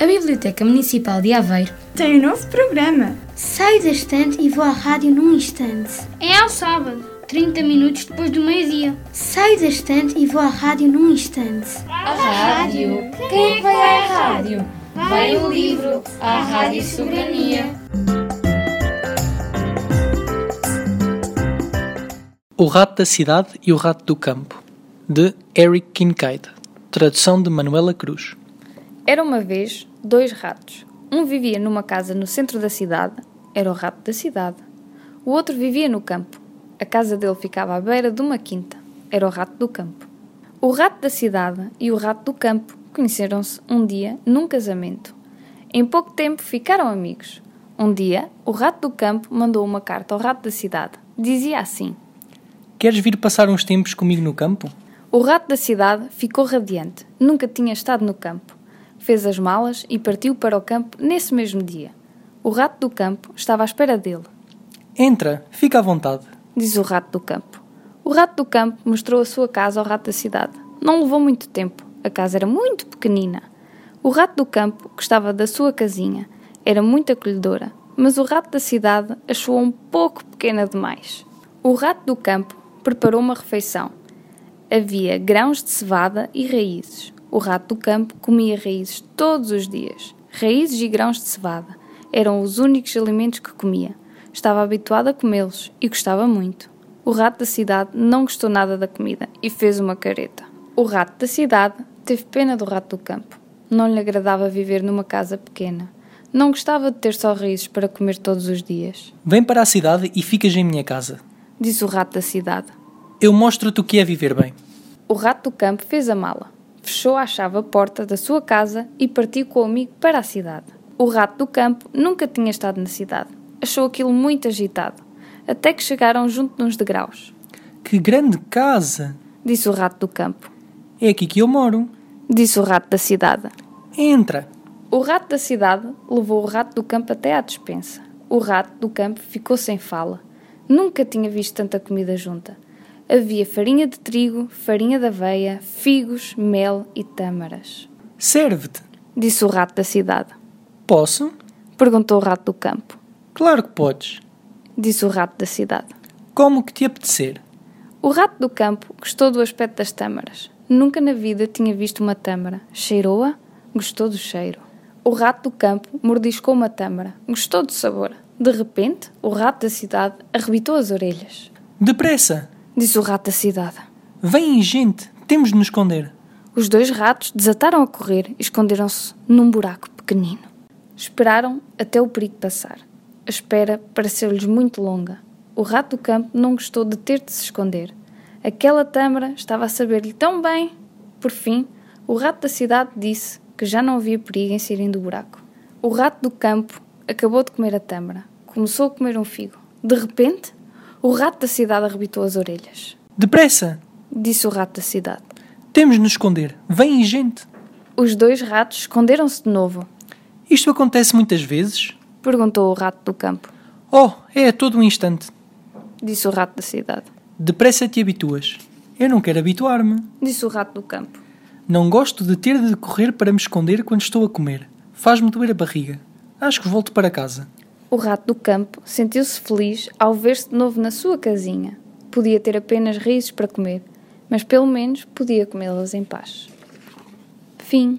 A Biblioteca Municipal de Aveiro Tem um novo programa. Saio da estante e vou à rádio num instante. É ao sábado, 30 minutos depois do meio-dia. Saio da estante e vou à rádio num instante. À rádio? Quem é que vai à rádio? Vai o um livro, à Rádio Soberania. O Rato da Cidade e o Rato do Campo, de Eric Kincaid, tradução de Manuela Cruz. Era uma vez dois ratos. Um vivia numa casa no centro da cidade, era o rato da cidade. O outro vivia no campo. A casa dele ficava à beira de uma quinta, era o rato do campo. O rato da cidade e o rato do campo conheceram-se um dia num casamento. Em pouco tempo ficaram amigos. Um dia, o rato do campo mandou uma carta ao rato da cidade. Dizia assim: Queres vir passar uns tempos comigo no campo? O rato da cidade ficou radiante. Nunca tinha estado no campo. Fez as malas e partiu para o campo nesse mesmo dia. O rato do campo estava à espera dele, Entra, fica à vontade. diz o rato do campo. O rato do campo mostrou a sua casa ao rato da cidade. Não levou muito tempo. A casa era muito pequenina. O rato do campo gostava da sua casinha. Era muito acolhedora, mas o rato da cidade achou um pouco pequena demais. O rato do campo preparou uma refeição. Havia grãos de cevada e raízes. O rato do campo comia raízes todos os dias. Raízes e grãos de cevada eram os únicos alimentos que comia. Estava habituado a comê-los e gostava muito. O rato da cidade não gostou nada da comida e fez uma careta. O rato da cidade teve pena do rato do campo. Não lhe agradava viver numa casa pequena. Não gostava de ter só raízes para comer todos os dias, Vem para a cidade e ficas em minha casa. disse o rato da cidade. Eu mostro-te o que é viver bem. O rato do campo fez a mala, fechou à chave a porta da sua casa e partiu com o amigo para a cidade. O rato do campo nunca tinha estado na cidade. Achou aquilo muito agitado, até que chegaram junto de uns degraus. Que grande casa! Disse o rato do campo. É aqui que eu moro. Disse o rato da cidade. Entra! O rato da cidade levou o rato do campo até à despensa. O rato do campo ficou sem fala. Nunca tinha visto tanta comida junta. Havia farinha de trigo, farinha de aveia, figos, mel e tâmaras. Serve-te! Disse o rato da cidade. Posso? Perguntou o rato do campo. Claro que podes. Disse o rato da cidade. Como que te apetecer. O rato do campo gostou do aspecto das tâmaras. Nunca na vida tinha visto uma tâmara. Cheirou-a, gostou do cheiro. O rato do campo mordiscou uma tâmara, gostou do sabor. De repente, o rato da cidade arrebitou as orelhas. Depressa! Disse o rato da cidade. Vem, gente! Temos de nos esconder. Os dois ratos desataram a correr e esconderam-se num buraco pequenino. Esperaram até o perigo passar. A espera pareceu-lhes muito longa. O rato do campo não gostou de ter de se esconder. Aquela tâmara estava a saber-lhe tão bem. Por fim, o rato da cidade disse que já não havia perigo em saírem do buraco. O rato do campo acabou de comer a tâmara. Começou a comer um figo. De repente, o rato da cidade arrebitou as orelhas. Depressa! Disse o rato da cidade. Temos de nos esconder. Vem, gente! Os dois ratos esconderam-se de novo. Isto acontece muitas vezes? Perguntou o rato do campo. Oh, é a todo um instante. Disse o rato da cidade. Depressa te habituas. Eu não quero habituar-me. Disse o rato do campo. Não gosto de ter de correr para me esconder quando estou a comer. Faz-me doer a barriga. Acho que volto para casa. O rato do campo sentiu-se feliz ao ver-se de novo na sua casinha. Podia ter apenas raízes para comer, mas pelo menos podia comê-las em paz. Fim.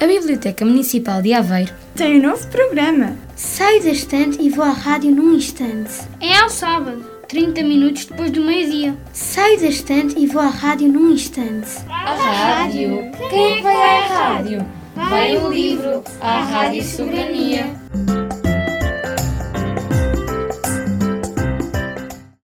A Biblioteca Municipal de Aveiro Tem um novo programa. Saio da estante e vou à rádio num instante. É ao sábado, 30 minutos depois do meio-dia. Saio da estante e vou à rádio num instante. À rádio? Quem é que vai à rádio? Vai o livro, à Rádio Soberania.